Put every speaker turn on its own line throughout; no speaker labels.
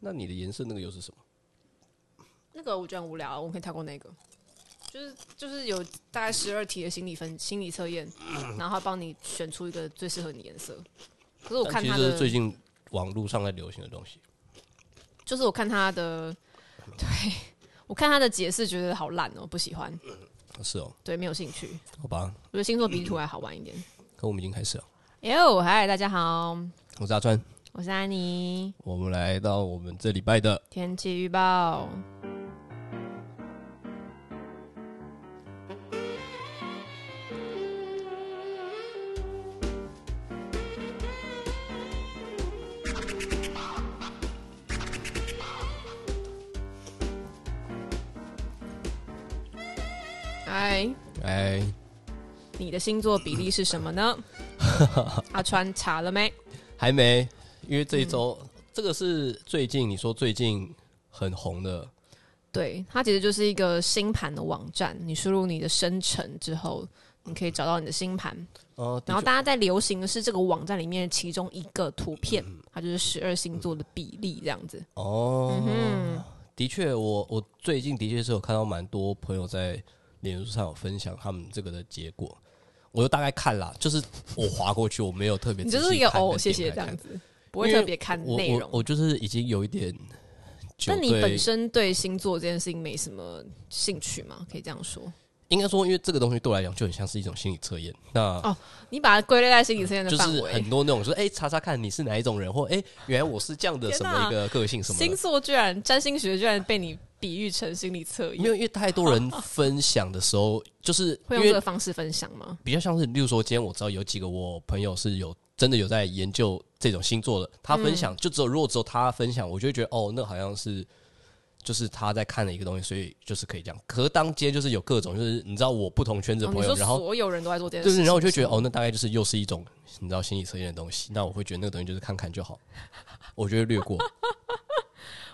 那你的颜色那个又是什么？
那个我觉得很无聊，我们可以跳过那个。就是就是有大概十二题的心理分心理测验，然后他帮你选出一个最适合你的颜色。可是我
但
看
其
他
实
的
是，最近网络上在流行的东西，
就是我看他的，对我看他的解释觉得好烂哦，不喜欢，
是哦，
对，没有兴趣。
好吧，
我觉得星座比图还好玩一点。
可我们已经开始了。
哟，嗨，大家好，
我是阿川，
我是安妮。
我们来到我们这礼拜的
天气预报，哎，
哎，
你的星座比例是什么呢？阿川查了没？
还没，因为这一周、
嗯
这个是最近你说最近很红的，
对，它其实就是一个星盘的网站，你输入你的生辰之后，你可以找到你的星盘。
呃，的
然后
确
大家在流行的是这个网站里面其中一个图片，
嗯
它就是十二星座的比例这样子。嗯
哦，的确，我我最近的确是有看到蛮多朋友在脸书上有分享他们这个的结果，我就大概看啦，就是我划过去，我没有特别
你
仔细
就
看，
是一个哦，
跟
谢谢
点
这
开看
样子，不会特别看
我
内
我
容。
我就是已经有一点久对，
但你本身对星座这件事情没什么兴趣吗？可以这样说，
应该说，因为这个东西对我来讲就很像是一种心理测验，那
哦你把它归类在心理测验的
就
范
是
围
很。多那种说，哎、查查看你是哪一种人，或哎、原来我是这样的
天
什么
哪
一个个性什么的
星座居然占星学居然被你比喻成心理测
没
验，
有，因为太多人分享的时候，就是
会
因
用这个
为
方式分享吗？
比较像是，例如说，今天我知道有几个我朋友是有真的有在研究这种星座的，他
嗯
分享、就只有如果只有他分享，我就会觉得哦，那好像是就是他在看的一个东西，所以就是可以这样。可是当今天就是有各种，就是你知道我不同圈子
哦
的
你
朋友，
说
然后
所有人都在做这件事
对
情，
对，然后我就觉得哦，那大概就是又是一种你知道心理测验的东西，那我会觉得那个东西就是看看就好，我就会略过。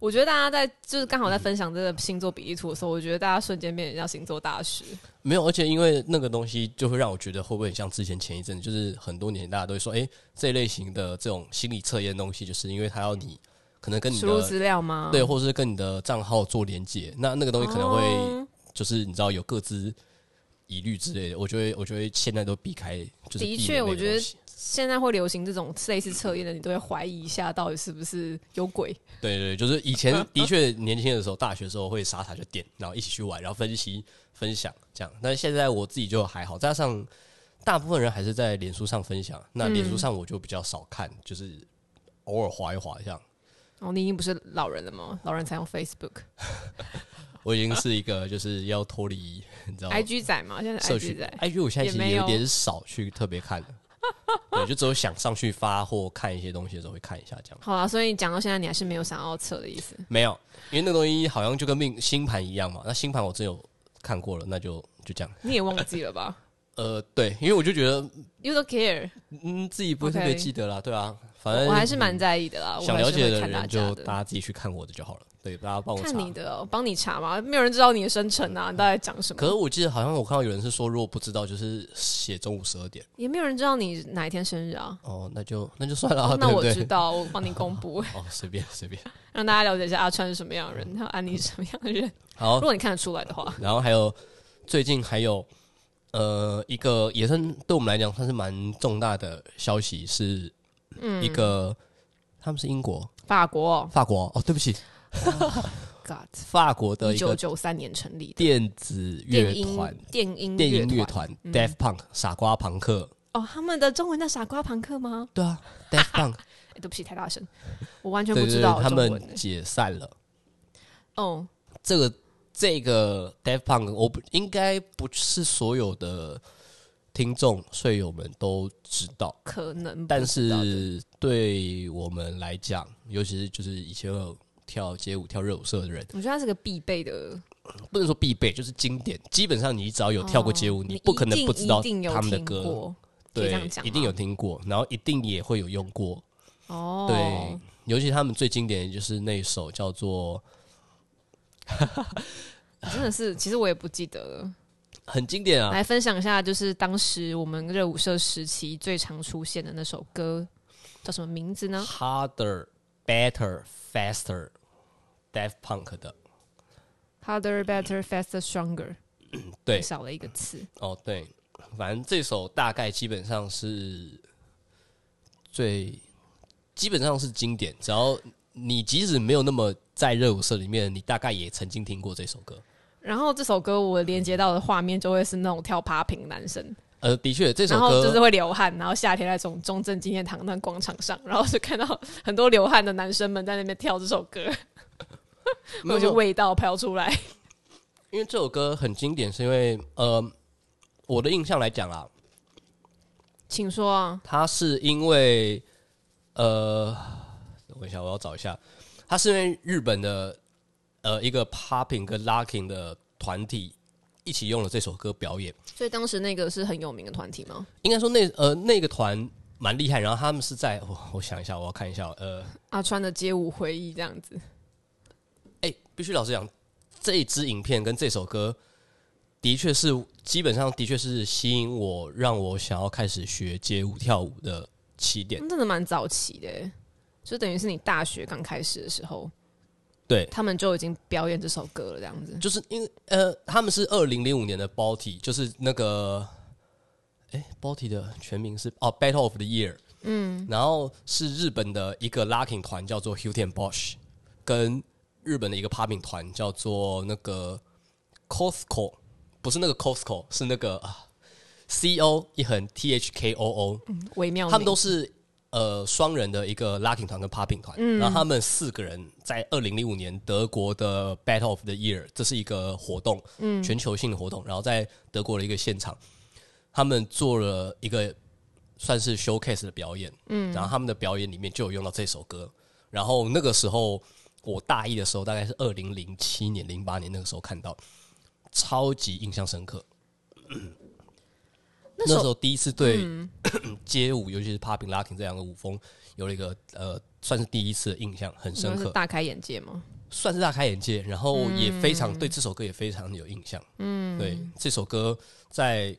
我觉得大家在就是刚好在分享这个星座比例图的时候，我觉得大家瞬间变成像星座大师。
没有，而且因为那个东西就会让我觉得会不会很像之前前一阵，就是很多年前大家都会说，哎、这一类型的这种心理测验的东西，就是因为它要你可能跟你
输入
的
资料吗？
嗯对，，或是跟你的账号做连接，那那个东西可能会
哦、
就是你知道有各自疑虑之类的，我就会我就会现在都避开，就是
的
避
确
免那
我
个
觉得
东西
现在会流行这种类似测验的，你都会怀疑一下到底是不是有鬼。
对对，对就是以前 的确年轻的时候，大学的时候会傻傻就点，然后一起去玩，然后分析分享这样。但是现在我自己就还好，加上大部分人还是在脸书上分享，那脸书上我就比较少看，就是偶尔划一划这样。
哦，你已经不是老人了吗？老人才用 Facebook、
我已经是一个就是要脱离你知道
IG 仔嘛，现在是
哦社
IG
群
仔。
IG，我现在其
也
实
没有
有点少去特别看了，对，就只有想上去发或看一些东西的时候会看一下这样。
好啊，所以你讲到现在，你还是没有想要测的意 思。
没有，因为那个东西好像就跟命星盘一样嘛。那星盘我真有看过了，那就就这样。
你也忘记了吧
呃，对，因为我就觉得，
？You don't care，
嗯，自己不会特别
OK
记得啦对啊，反正
我还是蛮在意的啦。我
想
还
了
是
解
会
的
看大
人
家
就
的
大。家自己去看我的就好了。对，大家帮我查
看。你的哦，帮你查嘛，没有人知道你的生辰啊，你到底在讲什么？
可是我记得好像我看到有人是说，如果不知道就是写中午十二点
也没有人知道你哪一天生日啊。
哦，那就那就算了、啊，
哦那
对不
我
对？
知道，我帮你公布，
哦，随便随便。
让大家了解一下阿川是什么样的人，还有安妮是什么样的人。
好
如，果你看得出来的话，
然后还有最近还有呃一个也算对我们来讲算是蛮重大的消息，是
嗯
一个、他们是英国
法国
法国哦，对不起，
，God，
法国的
一
一
九
个
九三年成立的
电子乐
电音
团。
电音
电音乐
乐团。嗯
团 Daft Punk 傻瓜朋克，
哦，他们的中文叫傻瓜朋克吗？
对啊，Daft Punk，
哎对不起，太大声，我完全
对
不
对
知
对，
道
他
中文
们
欸。
解散了。
哦，
这个这个 Daft Punk，我不应该不是所有的听众睡友们都知道，
可能，
但是对我们来讲，尤其是就是以前有跳街舞、跳热舞社的人，
我觉得它是个必备的，
不能说必备，就是经典。基本上你只要有跳过街舞，
哦
你不可能
一定
不知道
一定有
他们的
听
歌，
过可以这
对
样讲，吗
一定有听过，然后一定也会有用过。
哦，
对，，尤其他们最经典的就是那一首叫做
真的是，其实我也不记得了。
很经典啊，
来分享一下，就是当时我们热舞社时期最常出现的那首歌，叫什么名字呢？
《Harder》 Better Faster Daft Punk 的，
Harder, better, faster, stronger，
对，
少了一个词。
哦，对，反正这首大概基本上是最基本上是经典，只要你即使没有那么在热舞社里面，你大概也曾经听过这首歌。
然后这首歌我连接到的画面就会是那种跳趴屏男生，
呃，的确，这首
然后就是
歌
会流汗，然后夏天在中中正纪念堂那广场上，然后就看到很多流汗的男生们在那边跳这首 歌，
没
我
有
就味道飘出来。
因为这首歌很经典，是因为呃，我的印象来讲啦，
请说啊，
它是因为呃，等一下我要找一下，它是因为日本的呃一个 popping 跟 locking 的团体一起用了这首歌表演。
所以当时那个是很有名的团体吗？
应该说那呃那个团蛮厉害，然后他们是在我我想一下，我要看一下，呃，
啊，穿着街舞回忆这样子，
哎、必须老实讲，这一支影片跟这首歌的确是基本上的确是吸引我，让我想要开始学街舞跳舞的起点。
嗯真的蛮早期的欸，就等于是你大学刚开始的时候，
对，
他们就已经表演这首歌了，这样子。
就是因为呃，他们是二零零五年的 b o t y 就是那个哎 b o t y 的全名是哦 Battle of the Year，嗯，然后是日本的一个 locking 团叫做 Hilton Bosch，跟日本的一个 popping 团叫做那个 Costco，不是那个 Costco，是那个啊 C O 一横 T H K O O，
微妙名，
他们都是呃双人的一个 locking 团跟 popping 团，然后他们四个人在二零零五年德国的 Battle of the Year，这是一个活动，全球性的活动，然后在德国的一个现场，他们做了一个算是 showcase 的表演，嗯，然后他们的表演里面就有用到这首歌，然后那个时候我大一的时候，大概是二零零七年、零八年那个时候看到，超级印象深刻。那
那时
时
候
候第一次对、街舞，尤其是 popping、locking 这两个舞风，有了一个呃，算是第一次的印象，很深
是
刻，
大开眼界吗？
算是大开眼界。然后也
嗯
非常、对这首歌也非常有印象。嗯，对这首歌在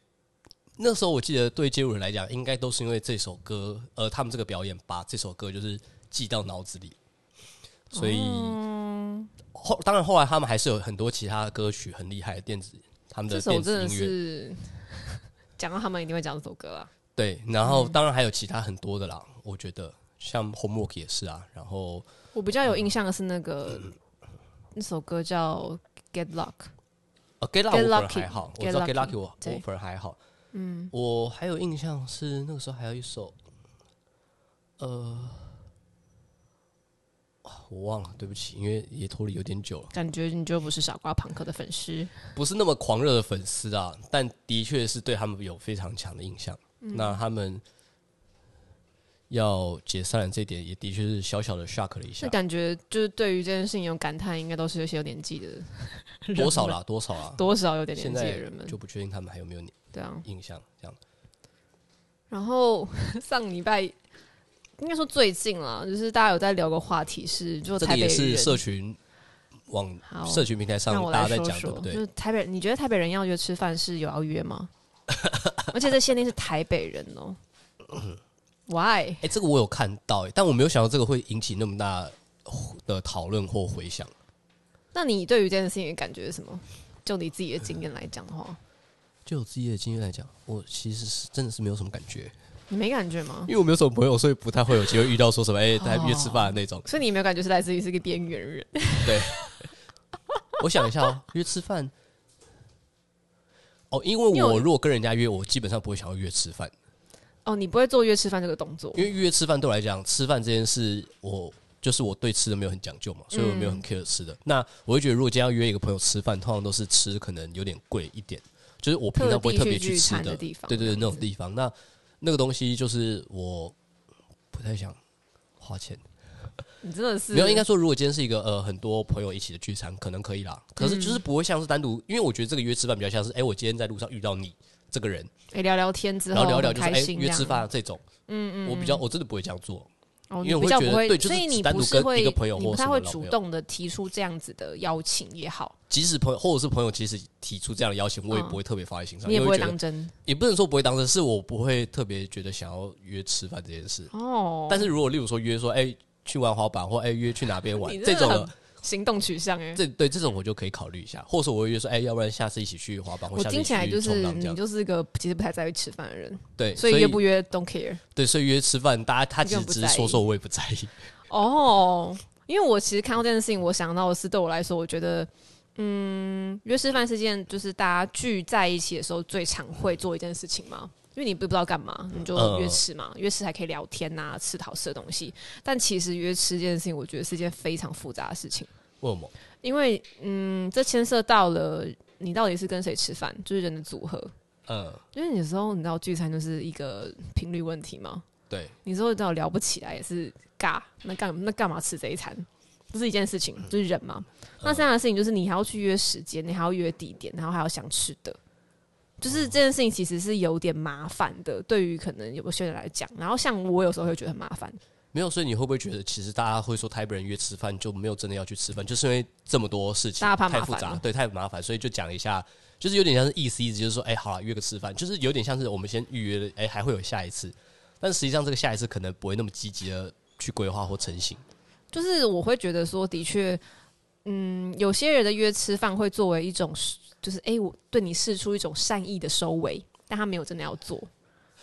那时候，我记得对街舞人来讲，应该都是因为这首歌，呃，他们这个表演把这首歌就是记到脑子里，所以、
哦
后当然后来他们还是有很多其他的歌曲很厉害的电子，他们
这
的
首
电子
真的
音乐。
是讲到他们一定会讲这首歌啊。
对，然后当然还有其他很多的啦，我觉得像 Homework 也是啊，然后
我比较有印象的是那个那首歌叫《Get Luck》，
呃 Get Lucky
Get
我
Lucky，
还好，我
Get
知道 Get
Lucky，
Lucky 我
对
Offer 还好，嗯，我还有印象是那个时候还有一首，呃，啊我忘了，对不起，因为也脱离有点久了，
感觉你就不是傻瓜朋克的粉丝。
不是那么狂热的粉丝啊，但的确是对他们有非常强的印象。
嗯
那他们要解散了，这一点也的确是小小的 shock 了一
那
下，
感觉就是对于这件事情有感叹，应该都是有些有年纪的人
多少
们，
啦，多少啦，
多少有点年
现
纪
在
的人们，
就不确定他们还有没有
对啊。
印象。这样，
然后上礼拜应该说最近啦，就是大家有在聊个话题是，就
这
台
个
北
也
人
是社群网
好
社群平台
让
上
我
大家
来
在
说
讲，
说，
对不
就
对？
是台北人，你觉得台北人要约吃饭是有要 约吗？而且这限定是台北人哦。Why？
哎，这个我有看到，诶但我没有想到这个会引起那么大的讨论或回响。
那你对于这件事情的感觉是什么？就你自己的经验来讲的话，
就我自己的经验来讲，我其实是真的是没有什么感觉，
你没感觉吗
因？为我没有什么朋友，所以不太会有机会遇到说什么
哦
哎，大家约吃饭的那种。
所以你有没有感觉是来自于是一个边缘人？
对，我想一下哦，约吃饭。哦，因
因
为
为我
我如果跟人家约，我基本上不会想要约吃饭。
哦，你不会做约吃饭这个动作
因，为约吃饭对我来讲，吃饭这件事，我就是我对吃的没有很讲
嗯
究嘛，所以我没有很 care 吃的。那我会觉得，如果今天要约一个朋友吃饭，通常都是吃可能有点贵一点，就是我平常不会特别
地去
吃
谈
的，
的地方，
对对对，
这样
那
子
种地方，那那个东西就是我不太想花钱。
你真的是
没有，应该说，如果今天是一个呃很多朋友一起的聚餐，可能可以啦。可
嗯
是就是不会像是单独，因为我觉得这个约吃饭比较像是，哎、我今天在路上遇到你这个人，
哎聊聊天之
然后聊聊
很
就是哎、
开心
约
这样
吃饭啊这种，嗯嗯，我比较我真的不会这样做，
哦，
因为
你
我
比
会
较
觉
不
得
会，
对就是
所以
只
你
单
不
独
是
跟
会，
一个朋友
你
或
不太
什么
会
老
主
朋友
动的提出这样子的邀请也好，
即使朋友或者是朋友，即使提出这样的邀请，我也不会特别放在心上，
嗯你也
因
不
为
会
觉得
当真
也不能说不会当成，是我不会特别觉得想要约吃饭这件事。
哦。
但是如果例如说约说，哎、去玩滑板，或哎、约去哪边玩
哦你
这
真的
种
很
的，
行动取向哎。
这对这种我就可以考虑一下，或者我会约说，哎、要不然下次一起去滑板，或
我
下次
听
一
起
起
来就
去冲
是
浪这
你
样。
就是一个其实不太在意吃饭的人，
对，
所以约不约 don't care。
对，所以约吃饭，大家他
你
其
根
实
本不
只是
在
说
意
说，我也不在意。
哦，因为我其实看到这件事情，我想到的是，对我来说，我觉得，嗯，约吃饭是件就是大家聚在一起的时候最常会做一件事情嘛。因为你不知道干嘛，你就
嗯
约吃嘛，约吃还可以聊天呐、吃好吃的东西。但其实约吃这件事情，我觉得是一件非常复杂的事情，
为什么？
因为嗯，这牵涉到了你到底是跟谁吃饭，就是人的组合。
嗯，
因为有时候你知道聚餐就是一个频率问题嘛，
对，
你说到聊不起来也是尬，那干那干嘛吃这一餐？这是一件事情，就是人嘛。那剩下的事情就是你还要去约时间，你还要约地点，然后还要想吃的，就是这件事情其实是有点麻烦的。对于可能有些人来讲，然后像我有时候会觉得很麻烦，
没有。所以你会不会觉得，其实大家会说台北人约吃饭就没有真的要去吃饭，就是因为这么多事情
大家怕麻
太
烦
复杂
了，
对，太麻烦，所以就讲一下，就是有点像是意思意思，就是说，哎、好了，约个吃饭，就是有点像是我们先预约了，哎、还会有下一次，但实际上这个下一次可能不会那么积极的去规划或成型。
就是我会觉得说，的确，嗯，有些人的约吃饭会作为一种，就是诶，我对你示出一种善意的收尾，但他没有真的要做。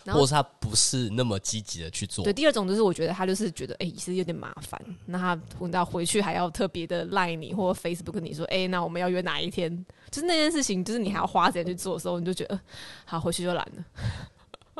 然
或
后
者是他不是那么积极的去做
对，，第二种就是我觉得他就是觉得，哎、其实有点麻烦，那他你知道回去还要特别的赖你或 Facebook 跟你说，哎、那我们要约哪一天？就是那件事情，就是你还要花时间去做的时候，你就觉得，呃好，回去就懒了。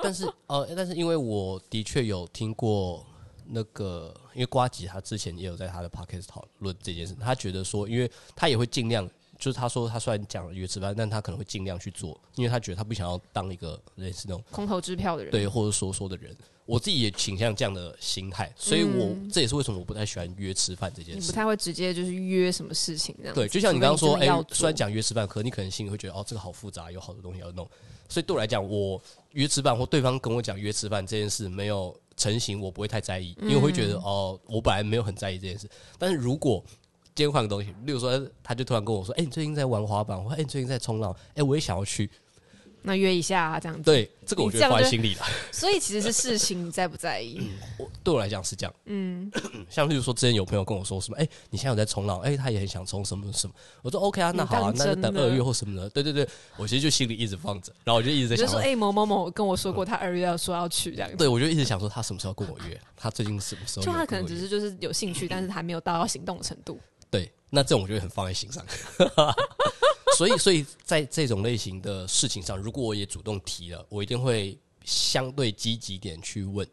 但是呃，但是因为我的确有听过那个，因为瓜吉他之前也有在他的 podcast 讨论这件事，他觉得说，因为他也会尽量，就是他说他虽然讲了约吃饭，但他可能会尽量去做，因为他觉得他不想要当一个类似那种
空头支票的人，
对或者说说的人。我自己也倾向这样的心态，所以我、这也是为什么我不太喜欢约吃饭这件
你
事
不。太会直接就是约什么事情这样子。
对，就像你刚刚说，哎、
哎、
虽然讲约吃饭，可你可能心里会觉得，哦，这个好复杂，有好多东西要弄。所以对我来讲，我约吃饭或对方跟我讲约吃饭这件事没有成型，我不会太在意，因为我会觉
嗯
得，哦，我本来没有很在意这件事。但是如果今天换个东西，例如说，他就突然跟我说，哎、你最近在玩滑板，或哎、你最近在冲浪，哎、我也想要去。
那约一下、啊、这样子。
对，这个我
你
觉
这
得
样
放在
就
心里了。
所以其实是事情你在不在意，
我对我来讲是这样，嗯， 像例如说之前有朋友跟我说什么，哎、你现在有在冲浪，哎、他也很想冲什么什么，我说 OK 啊，那好啊，
你当
那就
真
等
了
二月或什么的，对对对，我其实就心里一直放着，然后我就一直
你
在
就
想嗯
说
说，
哎、某某某跟我说过他二月要说要去这样子，
对我就一直想说他什么时候跟我约，他最近什么时候
就
没有嗯
他可
跟
能
我
只
约，
是就是有兴趣，但是还没有到要行动的程度。
对，那这种我就会很放在心上， 所以所以在这种类型的事情上，如果我也主动提了，我一定会相对积极点去问。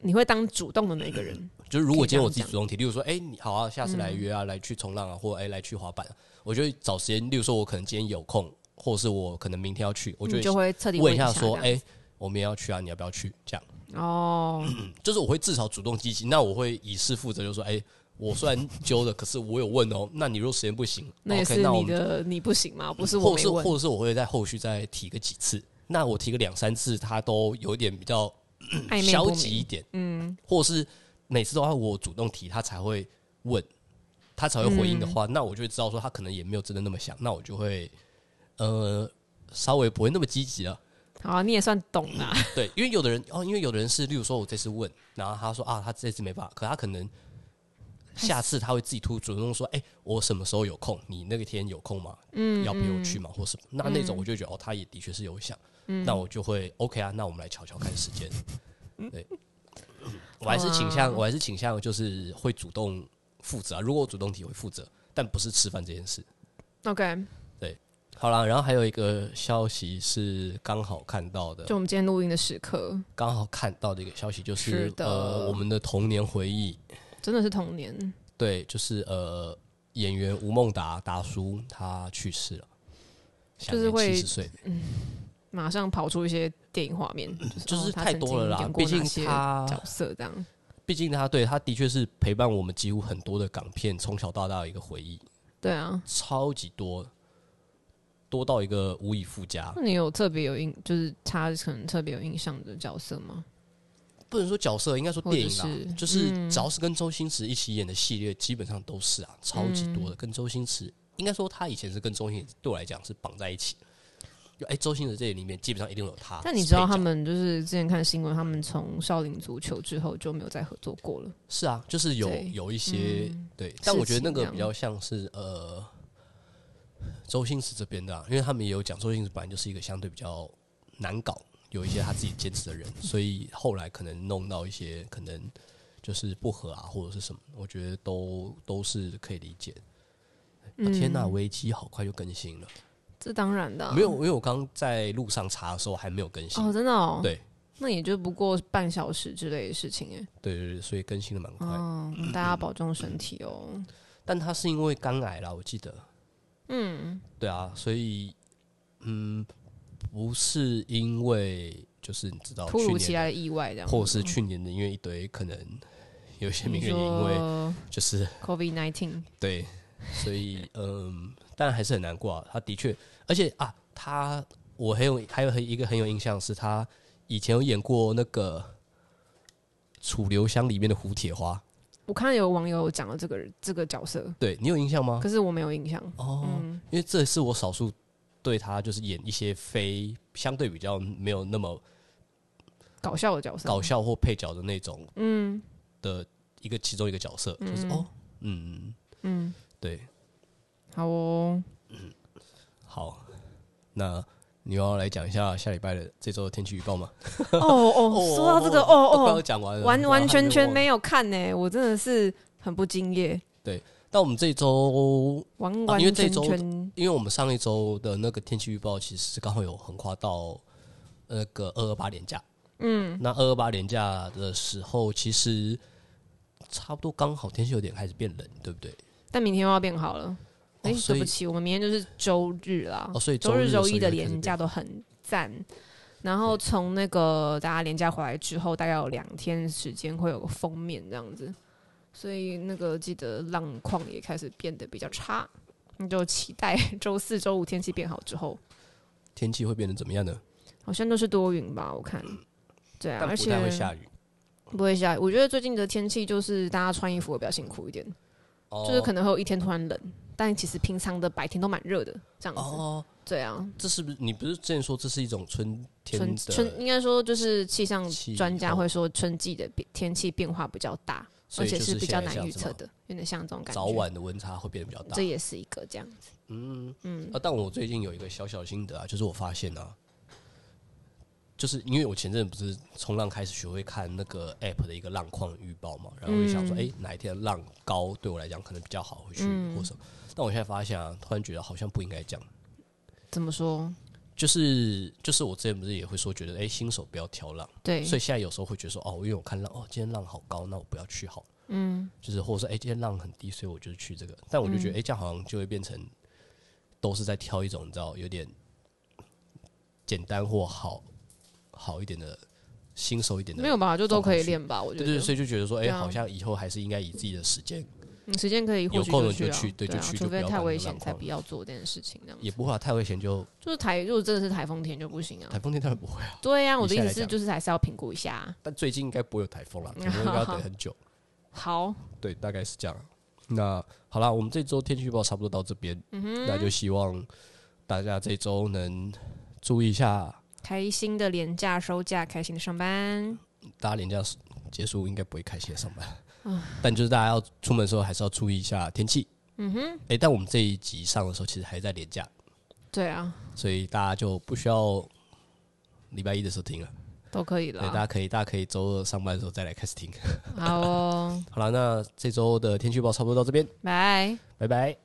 你会当主动的那个人，
就是如果今天我自己
可以
主动提，例如说，哎、你好啊，下次来
嗯
约啊，来去冲浪啊，或哎、来去滑板、啊，我就会找时间。例如说，我可能今天有空，或者是我可能明天要去，我
你
就
嗯就
会
会彻底
问
一
一下说，
这
哎、
样
我们也要去啊，你要不要去？这样，
哦，
就是我会至少主动积极，那我会以示负责，就说，哎、我虽然揪了，可是我有问哦，那你如果时间不行
那也
哦，OK，
是
那我
你
们嗯
的，你不行吗？不是
或
我
者
没
是或
问，
者是我会在后续再提个几次，那我提个两三次，他都有点比较
暧昧
消
不
极一
明。
点，
嗯，
或是每次都要我主动提，他才会问，他才会回应的
嗯
话，那我就会知道说他可能也没有真的那么想，那我就会呃稍微不会那么积极了。
好啊，你也算懂啦。
对，因为有的人哦，因为有的人是，例如说我这次问，然后他说啊，他这次没办法，可他可能下次他会自己突主动说，哎、我什么时候有空？你那个天有空吗？嗯，要陪我去吗？或什么？那那种我就觉得哦，他也的确是有想，那我就会 OK 啊，那我们来瞧瞧看时间。对，我还是倾向，我还是倾向就是会主动负责啊。如果我主动提会负责，但不是吃饭这件事。嗯
OK，
好啦，然后还有一个消息是刚好看到的，
就我们今天录音的时刻，
刚好看到的一个消息，就是
是的
呃，我们的童年回忆，
真的是童年。
对，就是呃，演员吴孟达达叔他去世了，
就是会
七十岁，
马上跑出一些电影画面，
嗯就
就是哦他
太
曾
多了
经
啦
演过
毕竟
哪些
他
角色这样，
毕竟他对他的确是陪伴我们几乎很多的港片从小到大的一个回忆，
对啊。
超级多，多到一个无以复加。
那你有特别有印，就是他可能特别有印象的角色吗？
不能说角色，应该说电影啦，啊
或者是嗯
就是只要是跟周星驰一起演的系列，基本上都是啊，
嗯
超级多的。跟周星驰，应该说他以前是跟周星驰对我来讲是绑在一起的。就哎、周星驰这里里面基本上一定有他。
但你知道他
是配角
们就是之前看新闻，他们从少林足球之后就没有再合作过了。
是啊，就是有
对嗯
有一些、对，但我觉得那个比较像是呃周星驰这边的、啊，因为他们也有讲周星驰本来就是一个相对比较难搞，有一些他自己坚持的人，所以后来可能弄到一些可能就是不和啊或者是什么，我觉得都都是可以理解。啊、天
嗯
呐，危机好快就更新了，
这当然的啊、
没有，因为我刚在路上查的时候还没有更新，
哦，真的哦。
对
那也就不过半小时之类的事情哎。
对对对，所以更新的蛮快。
哦，大家保重身体哦。
但他是因为肝癌啦，我记得。嗯，对啊，所以嗯，不是因为就是你知道
突
去
如其
年
来的意外这样
的，
子，
或是去年的，因为一堆可能有一些名
你
人也因为
说
就是
COVID nineteen，
对，所以嗯，但还是很难过啊。他的确，而且啊，他我很有还有很一个很有印象是他以前有演过那个《楚留香》里面的胡铁花，
我看有网友讲了这个这个角色，
对你有印象吗？
可是我没有印象。
啊哦，
嗯
因为这是我少数对他就是演一些非相对比较没有那么
搞笑的角色，
搞笑或配角的那种
嗯
的一个其中一个角色，就是哦，嗯，
嗯，
对，
好哦。
好，那你要来讲一下下礼拜的这周的天气预报吗？
哦哦，说到这个，
都快
哦
要
哦，
讲完了，
完完全全没
有。
有看呢，我真的是很不敬业，
但我们这周，
完
啊因为
完
这
全
周
全
因为我们上一周的那个天气预报其实是刚好有横跨到那个二二八连假，嗯，那二二八连假的时候，其实差不多刚好天气有点开始变冷，对不对？
但明天又要变好了。哎、
哦所
对
以
不起，我们明天就是周日啦。
哦所以
周
周日的
周
时候
一
也
的
会开始
连
变
假都很赞。然后从那个大家连假回来之后，大概有两天时间会有个封面这样子，所以那个记得浪况也开始变得比较差。那就期待周四周五天气变好之后，
天气会变得怎么样呢？
好像都是多云吧？我看，对啊，
但
而
不
且
太会下雨，
不会下雨。我觉得最近的天气就是大家穿衣服会比较辛苦一点，
哦
就是可能会有一天突然冷，但其实平常的白天都蛮热的这样子。
哦，
对啊，
这是不是你不是之前说这是一种春天
春
的
春应该说就是气象
气
专家
候
会说春季的变天气变化比较大，
所
而
以
且
就是
比
现在
较
这
难
样
预
子
测
嘛
的，有点像这种感觉。
早晚的温差会变得比较大
这。也是一个这样子。
嗯嗯啊，但我最近有一个小小心得啊，就是我发现啊，就是因为我前阵子不是冲浪开始学会看那个 app 的一个浪况预报嘛，然后我就想说，哎、哪一天浪高对我来讲可能比较好，回去或什么。但我现在发现啊，突然觉得好像不应该这样，
怎么说？
就是就是我之前不是也会说，觉得哎、诶新手不要挑浪，
对，
所以现在有时候会觉得说，哦，因为我看浪，哦，今天浪好高，那我不要去好了。嗯，就是或者说，哎、今天浪很低，所以我就去这个。但我就觉
嗯
得，哎、这样好像就会变成都是在挑一种你知道有点简单或好好一点的新手一点的。
没有吧？就都
状况
可以
去
练吧，我觉
对
得。
对，所以就觉得说，哎、
对啊
好像以后还是应该以自己的时间，
嗯时间可以或
有
许
空了
去
就
啊，
去对
对
就
啊，
去
除
就
非
不要
太
管
危
那个
险
浪
才
况
不要做这件事情。这样子
也不会啊太危险就
就是台，如果真的是台风天就不行啊
台。风天当然不会啊。
对呀，我的
以下
意思
来
是，
讲
就是还是要评估一下啊。
但最近应该不会有台风 了，台风应该要等很久。
好，
对，大概是这样。那好啦，我们这周天气预报差不多到这边，那就希望大家这周能注意一下，
开心的廉假收假，开心的上班。
大家连假结束应该不会开心的上班，但就是大家要出门的时候还是要注意一下天气。嗯哼，哎、但我们这一集上的时候其实还在连假，
对啊，
所以大家就不需要礼拜一的时候听了，
都可以
对，啊大家
了。
可以大家可以周二上班的时候再来开始听。
好哦，
好了，那这周的天气预报差不多到这边，
拜。
拜拜。